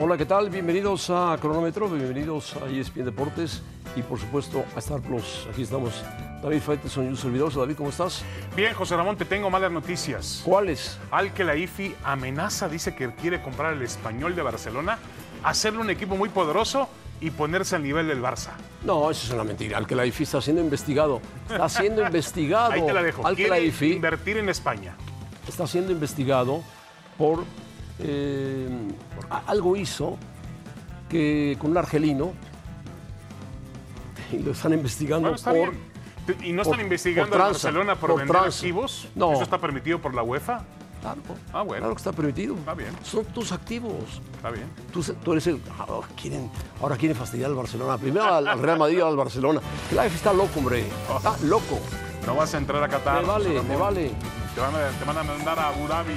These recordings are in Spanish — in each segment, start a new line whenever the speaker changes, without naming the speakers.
Hola, ¿qué tal? Bienvenidos a Cronómetro, bienvenidos a E ESPN Deportes y por supuesto a Star Plus. Aquí estamos David Faiteson y un servidor. David, ¿cómo estás?
Bien, José Ramón, te tengo malas noticias.
¿Cuáles?
Al que la IFI amenaza, dice que quiere comprar el español de Barcelona, hacerle un equipo muy poderoso y ponerse al nivel del Barça.
No, eso es una mentira. Al que la IFI está siendo investigado. Está siendo investigado.
Ahí te la dejo.
Al que
Quiere
la IFI
invertir en España.
está siendo investigado por eh, a- algo hizo que con un argelino y lo están investigando
Bueno, está
por
bien. Te- ¿Y no están
por-
investigando
por
al
tranza,
Barcelona por,
por
vender
tranza.
activos?
No.
¿Eso está permitido por la UEFA?
Claro,
Ah, bueno.
claro que está permitido.
Está bien.
Son tus activos.
Está bien.
Tú, se- tú eres el. Ahora quieren, ahora quieren fastidiar al Barcelona. Primero al, al Real Madrid, ahora al Barcelona. El AF está loco, hombre. Está
Oh.
loco.
No vas a entrar a Qatar.
Me vale,
José
me
Ramón.
vale.
Te van, a, te van a mandar a Abu Dhabi.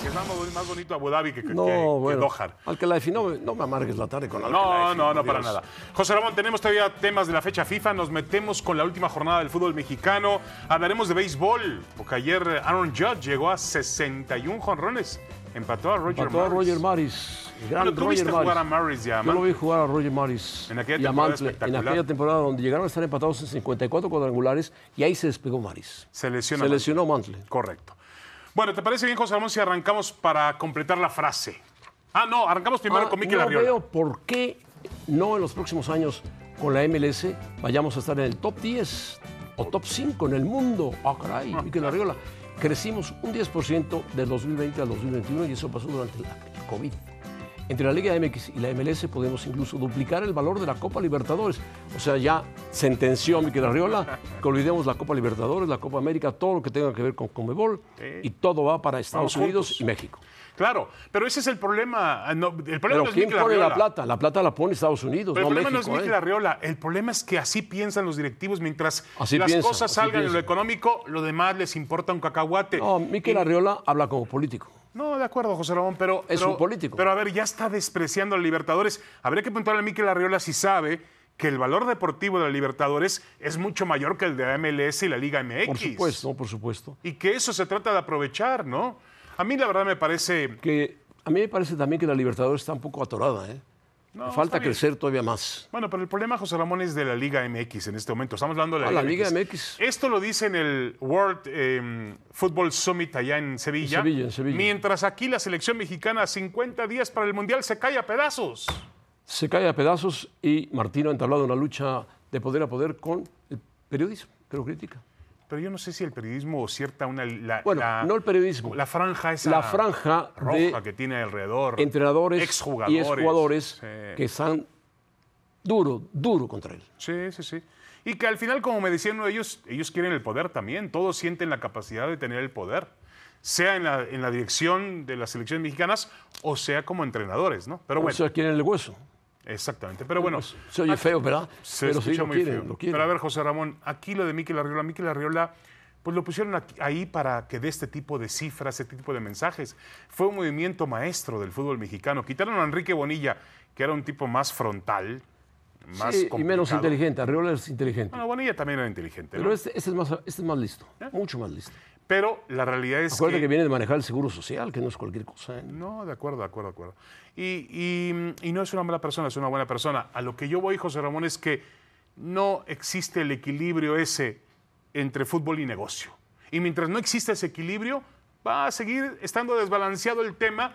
Que es más bo- más bonito Abu Dhabi que, que,
No,
que- que
bueno.
Doha.
Al que la no, me- no me amargues la tarde con al
No, no, no, para nada. José Ramón, tenemos todavía temas de la fecha FIFA. Nos metemos con la última jornada del fútbol mexicano. Hablaremos de béisbol, porque ayer eh, Aaron Judge llegó a 61 jonrones. Empató a Roger
Mató a
Maris.
Roger Maris. el
Bueno,
Gran
tú viste
Roger Maris.
jugar a Maris ya,
Yo
man.
lo vi jugar a Roger Maris
En aquella
y a
temporada
Mantle, en
espectacular.
aquella temporada donde llegaron a estar empatados en 54 cuadrangulares y ahí se despegó Maris.
Se lesiona.
Se
Mantle.
lesionó Mantle.
Correcto. Bueno, ¿te parece bien, José Ramón, si arrancamos para completar la frase? Ah, no, arrancamos primero
Ah,
con Mikel
no
Arriola.
veo por qué no en los próximos años con la MLS vayamos a estar en el top 10 o top 5 en el mundo. Ah, caray, Miquel Arriola. Crecimos un 10% del 2020 al 2021 y eso pasó durante la- el COVID. Entre la Liga MX y la MLS podemos incluso duplicar el valor de la Copa Libertadores. O sea, ya sentenció Miquel Arriola que olvidemos la Copa Libertadores, la Copa América, todo lo que tenga que ver con Comebol y todo va para Estados
Vamos
Unidos
juntos.
y México.
Claro, pero ese es el problema. Ah, no, el problema no
Pero
es
¿quién
Mikel
pone
Arriola.
la plata? La plata la pone Estados Unidos,
Pero
no
Pues el problema
México.
no es Mikel
¿eh?
Arriola, el problema es que así piensan los directivos mientras
Así
las
piensan,
cosas
así
salgan en lo
piensan.
económico, lo demás les importa un cacahuate.
No, Miquel Arriola habla como político.
No, de acuerdo, José Ramón, pero.
Es
pero-
un político.
Pero a ver, ya está despreciando a la Libertadores. Habría que preguntarle a Miquel Arriola si sabe que el valor deportivo de la Libertadores es mucho mayor que el de la MLS y la Liga MX.
Por supuesto, por supuesto.
Y que eso se trata de aprovechar, ¿no? A mí la verdad me parece.
Que a mí me parece también que la Libertadores está un poco atorada. ¿eh?
No,
Falta
está bien.
crecer todavía más.
Bueno, pero el problema, José Ramón, es de la Liga MX en este momento. Estamos hablando de la,
Ah, la Liga MX.
Esto lo dice en el World eh, Football Summit allá en Sevilla.
En Sevilla, en Sevilla.
Mientras aquí la selección mexicana a 50 días para el Mundial se cae a pedazos.
Se cae a pedazos y Martino ha entablado una lucha de poder a poder con el periodismo, que lo critica.
Pero yo no sé si el periodismo o cierta una... La,
Bueno,
la-
no el periodismo.
La franja esa
La franja de
roja que tiene alrededor.
Entrenadores y
Exjugadores.
exjugadores
Sí.
que están duro, duro contra él.
Sí, sí, sí. Y que al final, como me decían uno de ellos, ellos quieren el poder también. Todos sienten la capacidad de tener el poder, sea en la, en la dirección de las selecciones mexicanas o sea como entrenadores, ¿no? Pero
O
bueno,
sea, quieren el hueso.
exactamente. Pero bueno,
Pues, se oye feo, ¿verdad?
se
Pero sí,
escucha
lo
muy
quieren,
feo.
lo quieren.
Pero a ver, José Ramón, aquí lo de Miquel Arriola. Miquel Arriola, pues lo pusieron aquí- ahí para que dé este tipo de cifras, este tipo de mensajes. Fue un movimiento maestro del fútbol mexicano. Quitaron a Enrique Bonilla, que era un tipo más frontal, más
Sí, y menos
complicado.
inteligente. Arriola es inteligente.
Ah, Bueno, Bonilla también era inteligente. ¿no?
Pero este, este es más, este es más listo, mucho más listo.
Pero la realidad es
Acuérdate que...
¿Eh? que...
viene de manejar el seguro social, que no es cualquier cosa. ¿eh?
No, de acuerdo, de acuerdo, de acuerdo. Y, y- y no es una mala persona, es una buena persona. A lo que yo voy, José Ramón, es que no existe el equilibrio ese entre fútbol y negocio. Y mientras no exista ese equilibrio, va a seguir estando desbalanceado el tema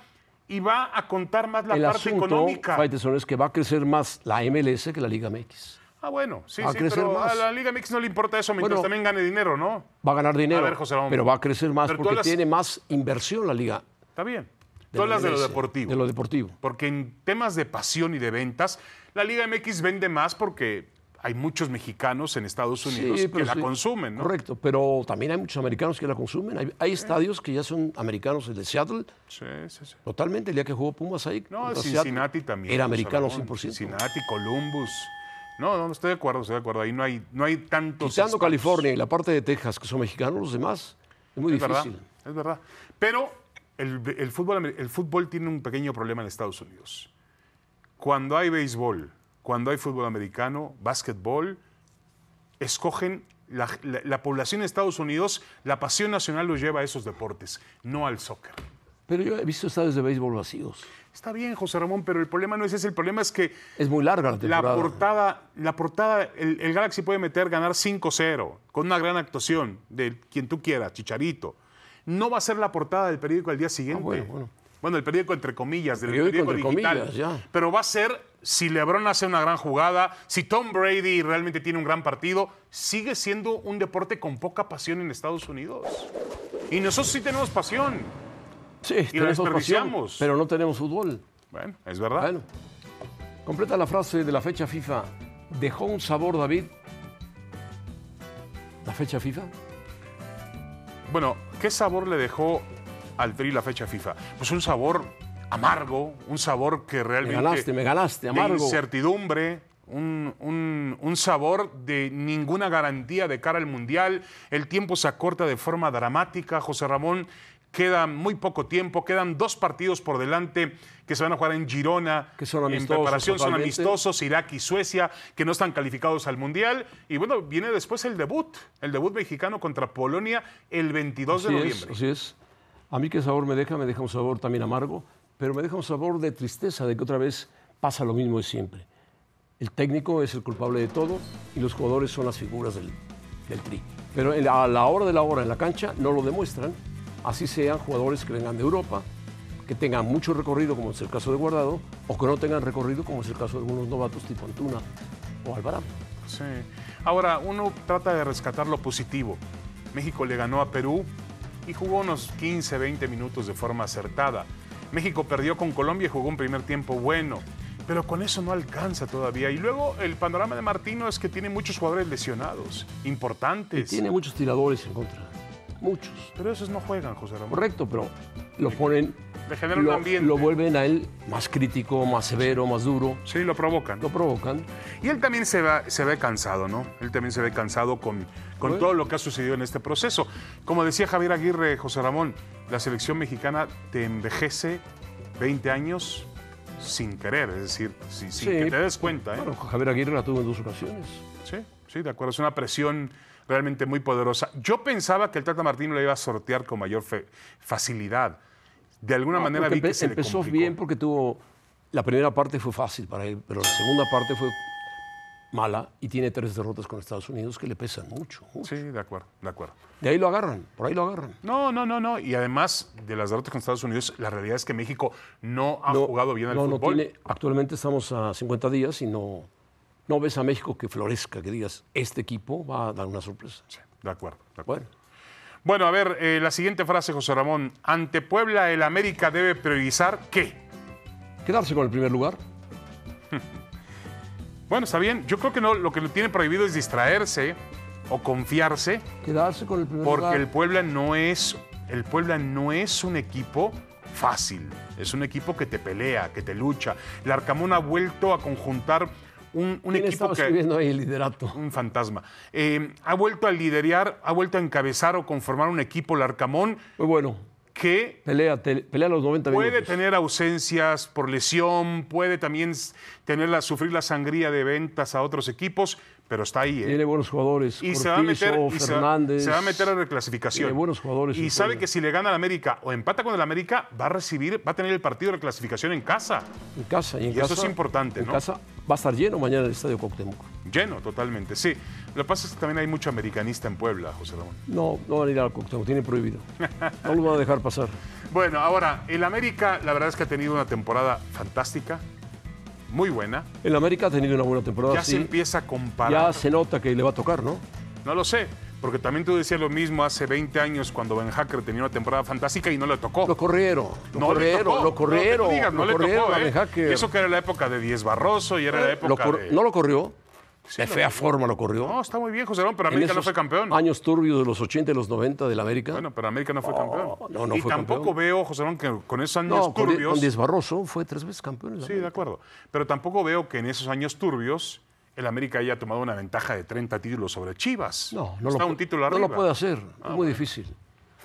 y va a contar más la
el
parte
asunto,
económica.
Faiteson, es que va a crecer más la MLS que la Liga MX.
Ah, bueno, sí,
Va a
sí,
crecer
pero a
más.
la Liga Mix no le importa eso mientras
Bueno.
también gane dinero, ¿no?
Va a ganar dinero,
ver, José Ramón.
pero va a crecer más
Pero tú
porque
hablas-
tiene más inversión la Liga.
Está bien.
de
Tú
la
hablas de lo
MLS,
deportivo.
De lo deportivo.
Porque en temas de pasión y de ventas, la Liga MX vende más porque hay muchos mexicanos en Estados Unidos
Sí,
que
pero
la
sí.
consumen, ¿no?
Correcto, pero también hay muchos americanos que la consumen. Hay, hay estadios que ya son americanos, el de Seattle,
Sí, sí, sí.
totalmente, el día que jugó Pumas ahí.
No,
contra
Cincinnati
Seattle,
también.
Era
José
americano
Ramón.
100%.
Cincinnati, Columbus. No, no, estoy de acuerdo, estoy de acuerdo. Ahí no hay, no hay tantos.
Quitando
hispanos.
California y la parte de Texas, que son mexicanos, los demás, es muy
Es verdad,
difícil.
es verdad. Pero el, el fútbol, amer- el fútbol tiene un pequeño problema en Estados Unidos. Cuando hay béisbol, cuando hay fútbol americano, básquetbol, escogen la, la- la población de Estados Unidos, la pasión nacional los lleva a esos deportes, no al soccer.
Pero yo he visto estadios de béisbol vacíos.
Está bien, José Ramón, pero el problema no es ese. El problema es que
Es muy larga la
la
temporada.
portada, la portada el, el Galaxy puede meter, ganar 5-0, con una gran actuación de quien tú quieras, Chicharito. No va a ser la portada del periódico al día siguiente.
Ah, bueno, bueno.
Bueno, el periódico entre comillas, del periódico,
periódico entre
digital.
comillas, ya.
Pero va a ser si LeBron hace una gran jugada, si Tom Brady realmente tiene un gran partido, sigue siendo un deporte con poca pasión en Estados Unidos. Y nosotros sí tenemos pasión.
Sí,
la
tenemos pasión,
desperdiciamos. Ah.
pero no tenemos fútbol.
Bueno, es verdad.
Bueno, completa la frase de la fecha FIFA. ¿Dejó un sabor, David? ¿La fecha FIFA?
Bueno, ¿qué sabor le dejó al Tri la fecha FIFA? Pues un sabor amargo, un sabor que
Me
realmente...
ganaste, me ganaste,
De
amargo.
incertidumbre, un, un- un sabor de ninguna garantía de cara al Mundial. El tiempo se acorta de forma dramática, José Ramón. Queda muy poco tiempo, quedan dos partidos por delante que se van a jugar en Girona.
Que son
En
amistosos
preparación son
totalmente.
amistosos, Irak y Suecia, que no están calificados al Mundial. Y bueno, viene después el debut, el debut mexicano contra Polonia el 22
Así
de
es,
noviembre.
así es. A mí qué sabor me deja, me deja un sabor también amargo, pero me deja un sabor de tristeza de que otra vez pasa lo mismo de siempre. El técnico es el culpable de todo y los jugadores son las figuras del, del tri. Pero en la- a la hora de la hora en la cancha no lo demuestran, así sean jugadores que vengan de Europa, que tengan mucho recorrido, como es el caso de Guardado, o que no tengan recorrido, como es el caso de algunos novatos tipo Antuna o Alvarado.
Sí. Ahora, uno trata de rescatar lo positivo. México le ganó a Perú y jugó unos 15, 20 minutos de forma acertada. México perdió con Colombia y jugó un primer tiempo bueno, pero con eso no alcanza todavía. Y luego el panorama de Martino es que tiene muchos jugadores lesionados, importantes,
Tiene muchos tiradores en contra, muchos.
pero esos no juegan, José Ramón.
Correcto, pero lo ponen.
Le genera un
lo-
ambiente.
Lo vuelven a él más crítico, más severo, más duro.
Sí, lo provocan.
Lo provocan.
Y él también se, va- se ve cansado, ¿no? Él también se ve cansado con, con
Bueno.
todo lo que ha sucedido en este proceso. Como decía Javier Aguirre, José Ramón, la selección mexicana te envejece 20 años sin querer, es decir, si- sin
Sí.
que te des cuenta. ¿eh?
Bueno, Javier Aguirre la tuvo en dos ocasiones.
Sí, sí, de acuerdo, es una presión realmente muy poderosa. Yo pensaba que el Tata Martino le iba a sortear con mayor fe- facilidad. De alguna manera
Porque
vi que
empe-
se le
empezó
complicó.
bien porque tuvo. La primera parte fue fácil para él, pero la segunda parte fue mala y tiene tres derrotas con Estados Unidos que le pesan mucho. mucho.
Sí, de acuerdo, de acuerdo.
De ahí lo agarran, por ahí lo agarran.
No, no, no, no. Y además de las derrotas con Estados Unidos, la realidad es que México no ha
No,
jugado bien al
no, no
fútbol.
tiene- actualmente estamos a 50 días y no, no ves a México que florezca, que digas, este equipo va a dar una sorpresa.
Sí, de acuerdo. de acuerdo. Bueno.
Bueno.
a ver, eh, la siguiente frase, José Ramón. Ante Puebla, el América debe priorizar qué.
Quedarse con el primer lugar.
Bueno, está bien. Yo creo que no, lo que lo tiene prohibido es distraerse o confiarse,
Quedarse con el primer
porque
lugar.
el Puebla no es, el Puebla no es un equipo fácil. Es un equipo que te pelea, que te lucha. El Arcamón ha vuelto a conjuntar un, un
¿Quién
equipo
estaba
que.
escribiendo ahí el liderato?
un fantasma. Eh, ha vuelto a liderar, ha vuelto a encabezar o conformar un equipo Larcamón
Muy bueno.
que
Pelea, te- pelea los 90
puede
minutos.
tener ausencias por lesión, puede también s- tener la, sufrir la sangría de ventas a otros equipos, pero está ahí. ¿eh?
Tiene buenos jugadores.
Y se va a meter,
Cortizo,
y se va-
Fernández.
se va a meter a reclasificación.
Tiene buenos jugadores
Y
el
sabe
Puebla.
que si le gana al América o empata con el América, va a recibir, va a tener el partido de reclasificación en casa.
En casa. Y, en
Y eso
casa-
es importante,
en
¿no?
casa va a estar lleno mañana el Estadio Cuauhtémoc.
Lleno, totalmente, sí. Lo que pasa es que también hay mucho americanista en Puebla, José Ramón.
No, no van a ir al Cuauhtémoc. Tiene prohibido. No lo van a dejar pasar.
Bueno, ahora, el América, la verdad es que ha tenido una temporada fantástica, muy buena.
El América ha tenido una buena temporada,
Ya
Oh, sí.
se empieza a comparar.
ya se nota que le va a tocar, ¿no?
No lo sé, porque también tú decías lo mismo hace 20 años cuando Ben Hacker tenía una temporada fantástica y no le tocó.
Lo corrieron. Lo
no
corrieron.
le tocó.
Lo corrieron.
No, que tú digas, no
lo
le
corrieron
tocó,
a
¿eh?
Ben Hacker. Eh,
Y eso que era la época de Diez Barroso y era la época
Lo cor-
de...
No lo corrió. de
lo
fea
corrió.
forma lo corrió.
No, está muy bien, José Ramón, pero
En
América no
esos
fue campeón.
Años turbios de los 80 y los 90 del América.
Bueno, pero América no fue campeón.
no, no
y
fue
tampoco
campeón.
veo, José Ramón, que con esos años
no, con, Di-
turbios...
con Díez Barroso fue tres veces campeón. en la
Sí, de
América.
acuerdo. Pero tampoco veo que en esos años turbios el América haya tomado una ventaja de 30 títulos sobre Chivas.
No, no,
Está
lo,
un
pu-
título
no
arriba. Ah,
lo puede hacer. es muy difícil.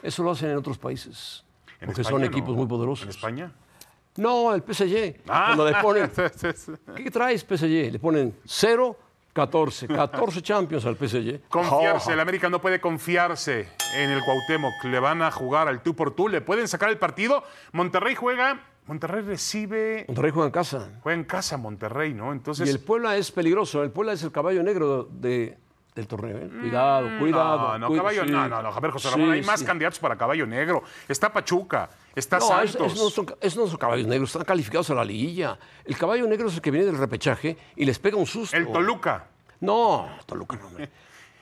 Eso lo hacen en otros países.
En
porque
España,
son
no.
equipos muy poderosos.
¿En España?
No, el PSG.
Ah.
Cuando le ponen.
Sí, sí, sí.
¿Qué traes, PSG? Le ponen cero 14, 14 Champions al PSG.
Confiarse, el América no puede confiarse en el Cuauhtémoc. Le van a jugar al tú por tú, le pueden sacar el partido. Monterrey juega, Monterrey recibe,
Monterrey juega en casa.
juega en casa Monterrey, ¿no? Entonces,
Y el Puebla es peligroso. El Puebla es el caballo negro de, del torneo. ¿eh? Cuidado, cuidado.
Mm, Ah, no, no,
cuida-
caballo,
sí.
no, no, no, a ver, José Ramón,
Sí,
hay más
sí.
candidatos para caballo negro. Está Pachuca, está
No, es-
Santos.
es- no son, es no son caballos negros, están calificados a la liguilla. El caballo negro es el que viene del repechaje y les pega un susto.
El Toluca,
No, Toluca no. hombre.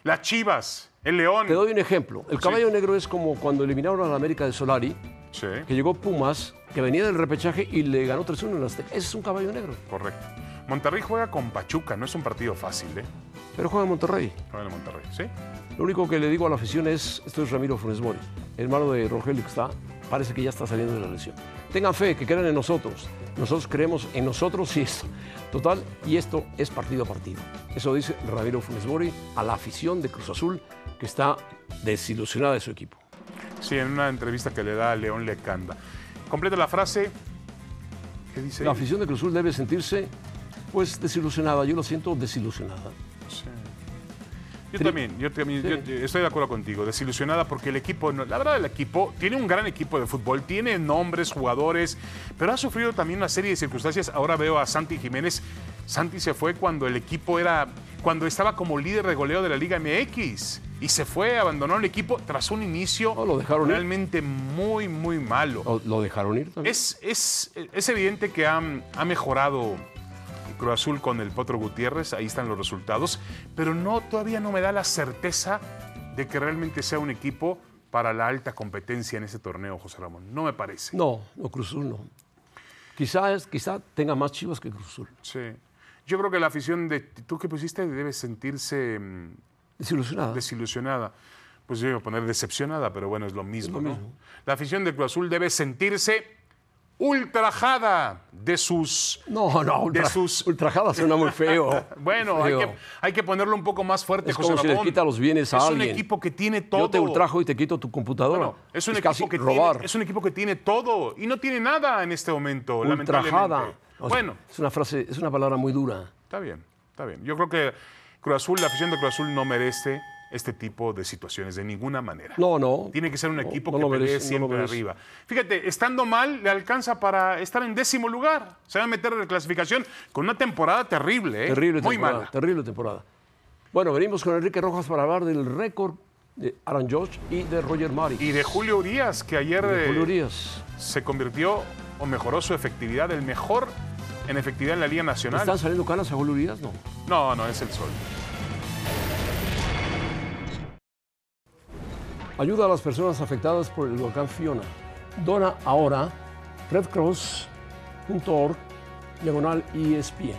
las Chivas, el León.
Te doy un ejemplo. El caballo negro es como cuando eliminaron a la América de Solari,
Sí,
que llegó Pumas, que venía del repechaje y le ganó 3-1 en las... Ese es un caballo negro,
correcto. Monterrey juega con Pachuca, no es un partido fácil, ¿eh?
pero juega en Monterrey.
Juega en Monterrey, ¿sí?
Lo único que le digo a la afición es, esto es Ramiro Funes Mori, hermano de Rogelio que está, parece que ya está saliendo de la lesión. Tengan fe, que crean en nosotros. Nosotros creemos en nosotros y esto. Total, y esto es partido a partido. Eso dice Ramiro Funes Mori a la afición de Cruz Azul que está desilusionada de su equipo.
Sí, en una entrevista que le da a León Lecanda. Completa la frase. ¿Qué dice?
La afición de Cruz Azul debe sentirse pues desilusionada, yo lo siento desilusionada.
Yo también, yo también, yo- yo estoy de acuerdo contigo. Desilusionada porque el equipo, no- la verdad, el equipo tiene un gran equipo de fútbol, tiene nombres, jugadores, pero ha sufrido también una serie de circunstancias. Ahora veo a Santi Jiménez. Santi se fue cuando el equipo era, cuando estaba como líder de goleo de la Liga MX y se fue, abandonó el equipo tras un inicio
No, lo dejaron ir.
realmente muy, muy malo.
¿Lo, lo dejaron ir también?
Es, es- es evidente que ha, ha mejorado Cruz Azul con el Potro Gutiérrez, ahí están los resultados, pero no, todavía no me da la certeza de que realmente sea un equipo para la alta competencia en ese torneo, José Ramón. No me parece.
No, no, Cruz Azul no. Quizás, quizá tenga más chivas que Cruz Azul.
Sí. Yo creo que la afición de tú que pusiste debe sentirse mm,
Desilusionada.
desilusionada. Pues yo iba a poner decepcionada, pero bueno, es lo mismo.
lo
¿no?
mismo.
La afición de Cruz Azul debe sentirse ultrajada de sus
No, no, ultra,
De sus-
ultrajada suena muy feo.
Bueno, hay
Feo.
que, hay que ponerlo un poco más fuerte,
Es
José
como si les
Ramón.
quita los bienes a
es
alguien.
un equipo que tiene todo.
Yo te ultrajo y te quito tu computadora.
Bueno, es, un
casi
equipo que
robar.
Tiene, es un equipo que tiene todo y no tiene nada en este momento,
ultrajada.
lamentablemente.
O sea,
Bueno,
Es una frase, es una palabra muy dura.
está bien, está bien. Yo creo que Cruz Azul, la afición de Cruz Azul no merece este tipo de situaciones de ninguna manera.
No, no.
Tiene que ser un
No,
equipo
no
que
lo
pelee
merece, no lo
siempre
merece.
arriba. Fíjate, estando mal, le alcanza para estar en décimo lugar. Se va a meter en la clasificación con una temporada terrible, ¿eh?
Terrible
Muy
temporada.
mala.
Terrible temporada. Bueno, venimos con Enrique Rojas para hablar del récord de Aaron George y de Roger Mari.
Y de Julio Urias, que ayer eh,
Julio Urias.
se convirtió o mejoró su efectividad, el mejor en efectividad en la Liga Nacional.
¿Están saliendo canas a Julio Urias? No.
No, no, es el sol.
Ayuda a las personas afectadas por el volcán Fiona. Dona ahora redcross.org diagonal E ESPN.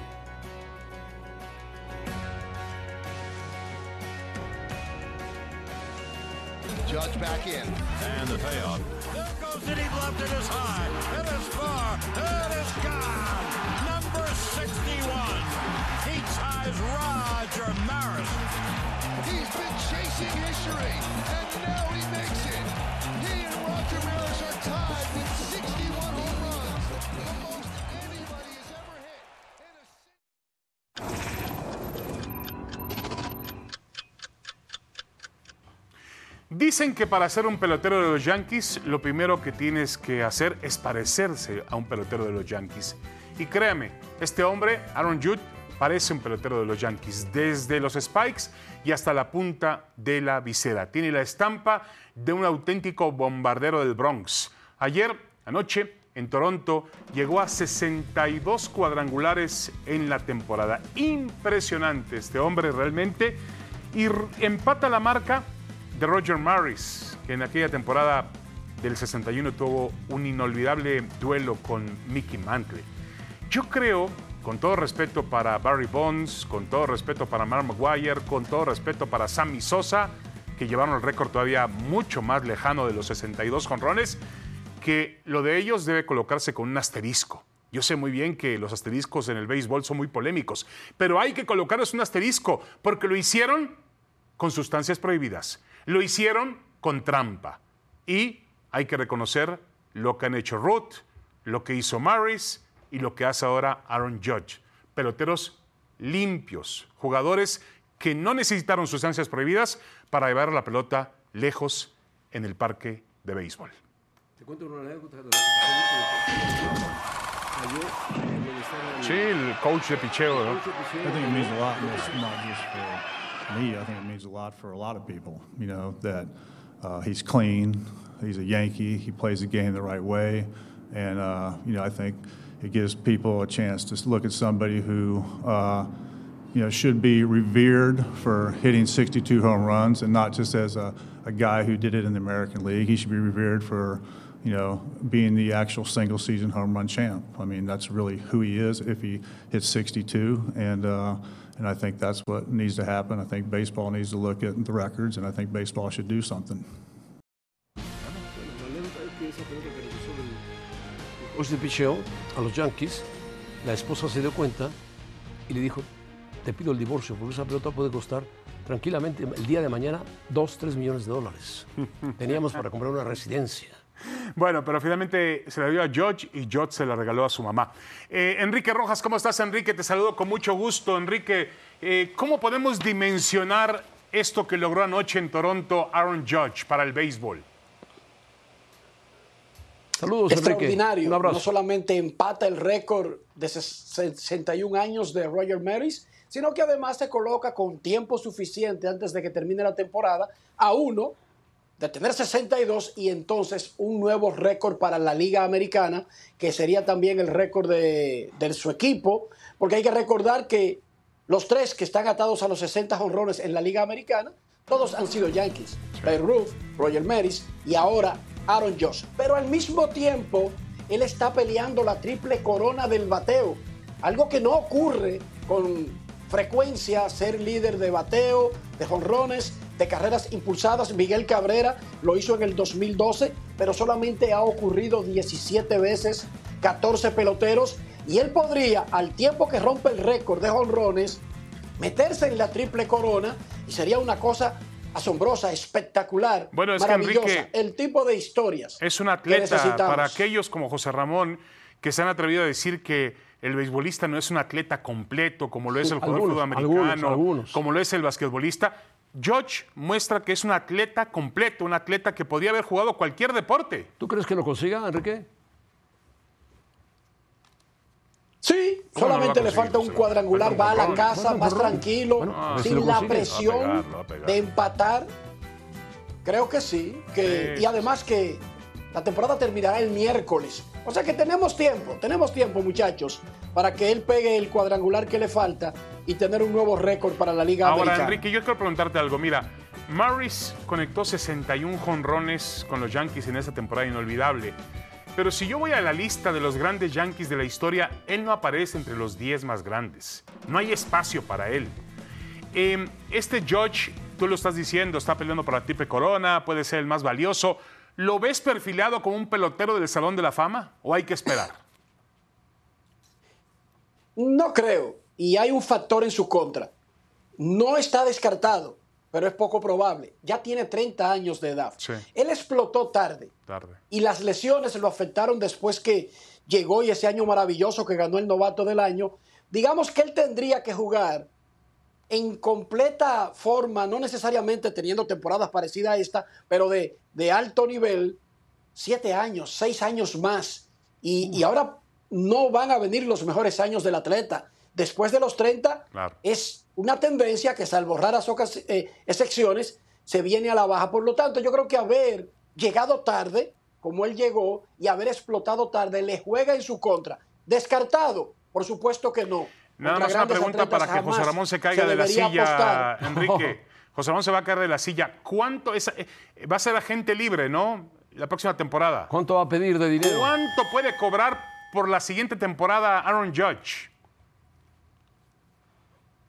Judge back in.
And the payoff. There goes it. He left it is high. It is far. It is gone. Number 61. He ties Roger Maris.
He's been chasing history, and now he makes it. He and Roger Maris are tied with 61 home runs, the most anybody has ever hit. in a
Dicen que para ser un pelotero de los Yankees, lo primero que tienes que hacer es parecerse a un pelotero de los Yankees. Y créame, este hombre, Aaron Judd, parece un pelotero de los Yankees, desde los spikes y hasta la punta de la visera. Tiene la estampa de un auténtico bombardero del Bronx. Ayer, anoche, en Toronto, llegó a 62 cuadrangulares en la temporada. Impresionante este hombre realmente. Y r- empata la marca de Roger Maris, que en aquella temporada del 61 tuvo un inolvidable duelo con Mickey Mantle. Yo creo, con todo respeto para Barry Bonds, con todo respeto para Mark Maguire, con todo respeto para Sammy Sosa, que llevaron el récord todavía mucho más lejano de los 62 jonrones, que lo de ellos debe colocarse con un asterisco. Yo sé muy bien que los asteriscos en el béisbol son muy polémicos, pero hay que colocarles un asterisco porque lo hicieron con sustancias prohibidas. Lo hicieron con trampa. Y hay que reconocer lo que han hecho Ruth, lo que hizo Maris y lo que hace ahora Aaron Judge. Peloteros limpios, jugadores que no necesitaron sustancias prohibidas para llevar la pelota lejos en el parque de béisbol.
Te cuento una anécdota de la que cayó en donde estaba el-
Sí, el coach de picheo, ¿no?
I think it means a lot, not not just for me. I think it means a lot for a lot of people. You know that uh, he's clean. He's a Yankee. He plays the game the right way, and uh, you know I think it gives people a chance to s- look at somebody who. Uh, you know, should be revered for hitting 62 home runs and not just as a, a guy who did it in the American League. He should be revered for, you know, being the actual single season home run champ. I mean, that's really who he is if he hits 62. And, uh, and I think that's what needs to happen. I think baseball needs to look at the records, and I think baseball should do something.
La anécdota es que esa pelota que regresó del coach de picheo a los Yankees, la esposa se dio cuenta y le dijo, te pido el divorcio porque esa pelota puede costar tranquilamente el día de mañana 2, 3 millones de dólares. Teníamos para comprar una residencia.
Bueno, pero finalmente se la dio a George y George se la regaló a su mamá. Eh, Enrique Rojas, ¿cómo estás, Enrique? Te saludo con mucho gusto. Enrique, eh, ¿cómo podemos dimensionar esto que logró anoche en Toronto Aaron Judge para el béisbol?
Saludos, Enrique.
extraordinario.
Un abrazo.
No solamente empata el récord de ses- 61 años de Roger Maris, sino que además se coloca con tiempo suficiente antes de que termine la temporada a uno de tener 62 y entonces un nuevo récord para la Liga Americana, que sería también el récord de, de su equipo, porque hay que recordar que los tres que están atados a los 60 honrones en la Liga Americana, todos han sido Yankees. Babe Ruth, Roger Maris y ahora Aaron Josh. Pero al mismo tiempo, él está peleando la triple corona del bateo, algo que no ocurre con frecuencia ser líder de bateo, de jonrones, de carreras impulsadas. Miguel Cabrera lo hizo en el 2012, pero solamente ha ocurrido 17 veces, 14 peloteros, y él podría, al tiempo que rompe el récord de jonrones, meterse en la triple corona y sería una cosa asombrosa, espectacular,
Bueno, es que
maravillosa.
Enrique-
el tipo de historias.
Es un
que
atleta
necesitamos.
para aquellos como José Ramón que se han atrevido a decir que el beisbolista no es un atleta completo como lo es el jugador de
Algunos,
fútbol americano,
algunos, algunos.
como lo es el basquetbolista. George muestra que es un atleta completo, un atleta que podía haber jugado cualquier deporte.
¿Tú crees que lo consiga, Enrique?
Sí,
¿Cómo no lo
solamente
va a conseguir,
le falta un
José?
cuadrangular, va a la
Bueno,
casa
bueno,
más
pero-
tranquilo,
bueno, a ver si
sin
lo
la
consigue.
presión
ah, Lo va a pegar, lo va a pegar.
de empatar. Creo que sí, que
Sí.
y además que la temporada terminará el miércoles. O sea que tenemos tiempo, tenemos tiempo, muchachos, para que él pegue el cuadrangular que le falta y tener un nuevo récord para la Liga
Ahora,
Americana.
Enrique, yo quiero preguntarte algo. Mira, Maris conectó 61 jonrones con los Yankees en esa temporada inolvidable. Pero si yo voy a la lista de los grandes Yankees de la historia, él no aparece entre los 10 más grandes. No hay espacio para él. Eh, este George, tú lo estás diciendo, está peleando por la triple corona, puede ser el más valioso. ¿Lo ves perfilado como un pelotero del Salón de la Fama o hay que esperar?
No creo. Y hay un factor en su contra. No está descartado, pero es poco probable. Ya tiene 30 años de edad.
Sí.
Él explotó tarde.
Tarde.
Y las lesiones lo afectaron después que llegó y ese año maravilloso que ganó el novato del año. Digamos que él tendría que jugar en completa forma, no necesariamente teniendo temporadas parecidas a esta, pero de, de alto nivel, siete años, seis años más. Y, y ahora no van a venir los mejores años del atleta. Después de los 30
Claro.
es una tendencia que, salvo raras ocas- eh, excepciones, se viene a la baja. Por lo tanto, yo creo que haber llegado tarde, como él llegó, y haber explotado tarde, le juega en su contra. Descartado, por supuesto que no.
Nada
Contra
más una
grandes
pregunta
atletas
para que José
jamás
Ramón se caiga de la
debería
silla,
apostar.
Enrique. José Ramón se va a caer de la silla. ¿Cuánto es, eh, va a ser agente libre, no? La próxima temporada.
¿Cuánto va a pedir de dinero?
¿Cuánto puede cobrar por la siguiente temporada Aaron Judge?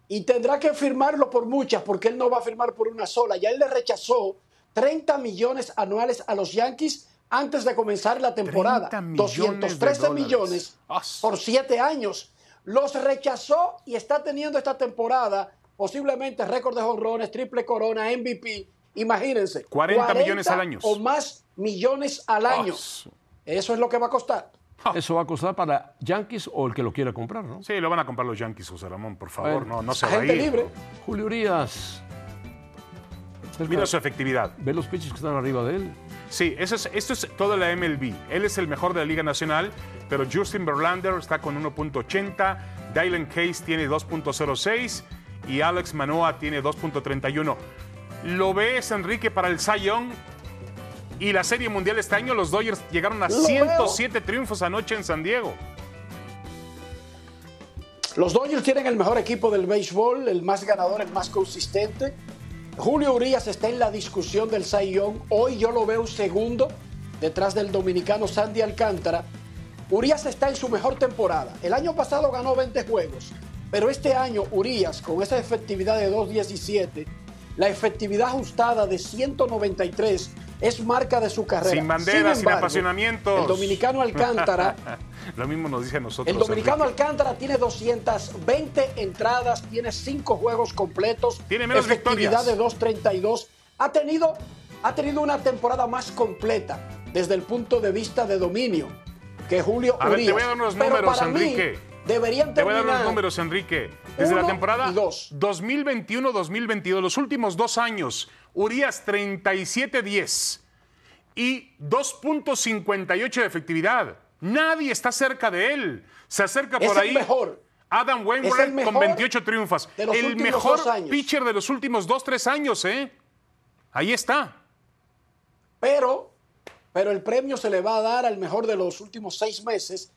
Y tendrá que firmarlo por muchas, porque él no va a firmar por una sola. Ya él le rechazó 30 millones anuales a los Yankees antes de comenzar la temporada.
30 millones de
213
dólares.
millones
Ah,
por 7 años. Los rechazó y está teniendo esta temporada posiblemente récord de jonrones, triple corona, MVP. Imagínense.
40 millones al año.
O más millones al año.
Ah,
Eso es lo que va a costar.
Eso va a costar para Yankees o el que lo quiera comprar, ¿no?
Sí, lo van a comprar los Yankees, José Ramón, por favor.
Bueno,
no, no se va a
Gente
ir.
libre.
Julio Urias.
Mira su efectividad.
Ve los pitches que están arriba de él.
Sí, eso es, esto es toda la MLB. Él es el mejor de la Liga Nacional, pero Justin Verlander está con 1.80, Dylan Case tiene 2.06 y Alex Manoa tiene 2.31. Lo ves, Enrique, para el Cy Young y la Serie Mundial este año, los Dodgers llegaron a
Lo
107 triunfos anoche en San Diego.
Los Dodgers tienen el mejor equipo del béisbol, el más ganador, el más consistente. Julio Urias está en la discusión del Cy Young. Hoy yo lo veo segundo detrás del dominicano Sandy Alcántara. Urias está en su mejor temporada. El año pasado ganó 20 juegos, pero este año Urias con esa efectividad de 2.17, la efectividad ajustada de 193 es marca de su carrera.
Sin banderas, sin
embargo,
apasionamientos.
El dominicano Alcántara
Lo mismo nos dice a nosotros.
El dominicano
Enrique.
Alcántara tiene 220 entradas, tiene 5 juegos completos,
Tiene menos
efectividad
victorias.
de 232. Ha tenido, ha tenido una temporada más completa desde el punto de vista de dominio que Julio
A ver, te
Urías.
voy a dar unos
Pero
números,
para mí,
Enrique.
deberían
Te voy a dar los
terminar-
números, Enrique. Desde la
Uno
temporada
y dos.
2021-2022, los últimos dos años, Urias 37-10 y 2.58 de efectividad. Nadie está cerca de él. Se acerca
Es
por
el
ahí.
mejor.
Adam
Es el
Wainwright con
mejor
28 triunfas.
de los
el
últimos
mejor
dos años.
pitcher de los últimos 2-3 años, ¿eh? Ahí está.
pero, pero el premio se le va a dar al mejor de los últimos seis meses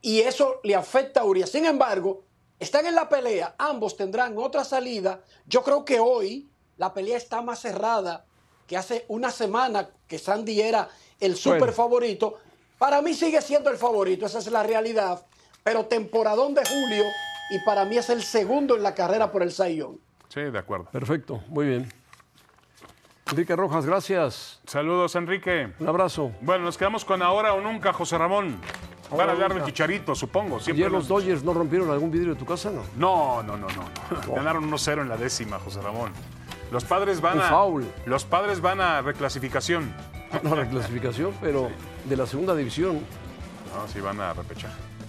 y eso le afecta a Urias. Sin embargo, están en la pelea, ambos tendrán otra salida. Yo creo que hoy la pelea está más cerrada que hace una semana que Sandy era el
Bueno.
super favorito. Para mí sigue siendo el favorito, esa es la realidad, pero temporadón de Julio y para mí es el segundo en la carrera por el Sayón.
Sí, de acuerdo.
Perfecto, muy bien. Enrique Rojas, gracias.
Saludos, Enrique.
Un abrazo.
Bueno, nos quedamos con ahora o nunca, José Ramón. Van a
Ahora o
hablar de
nunca.
Chicharito, supongo. Siempre
Ayer
lo-
los Dodgers no rompieron algún vidrio de tu casa, ¿no?
No, no, no, no. Ganaron 1-0 en la décima, José Ramón. Los padres van
Un
a.
foul.
Los padres van a reclasificación.
No, la clasificación, pero de la segunda división.
No, sí, van a repechaje.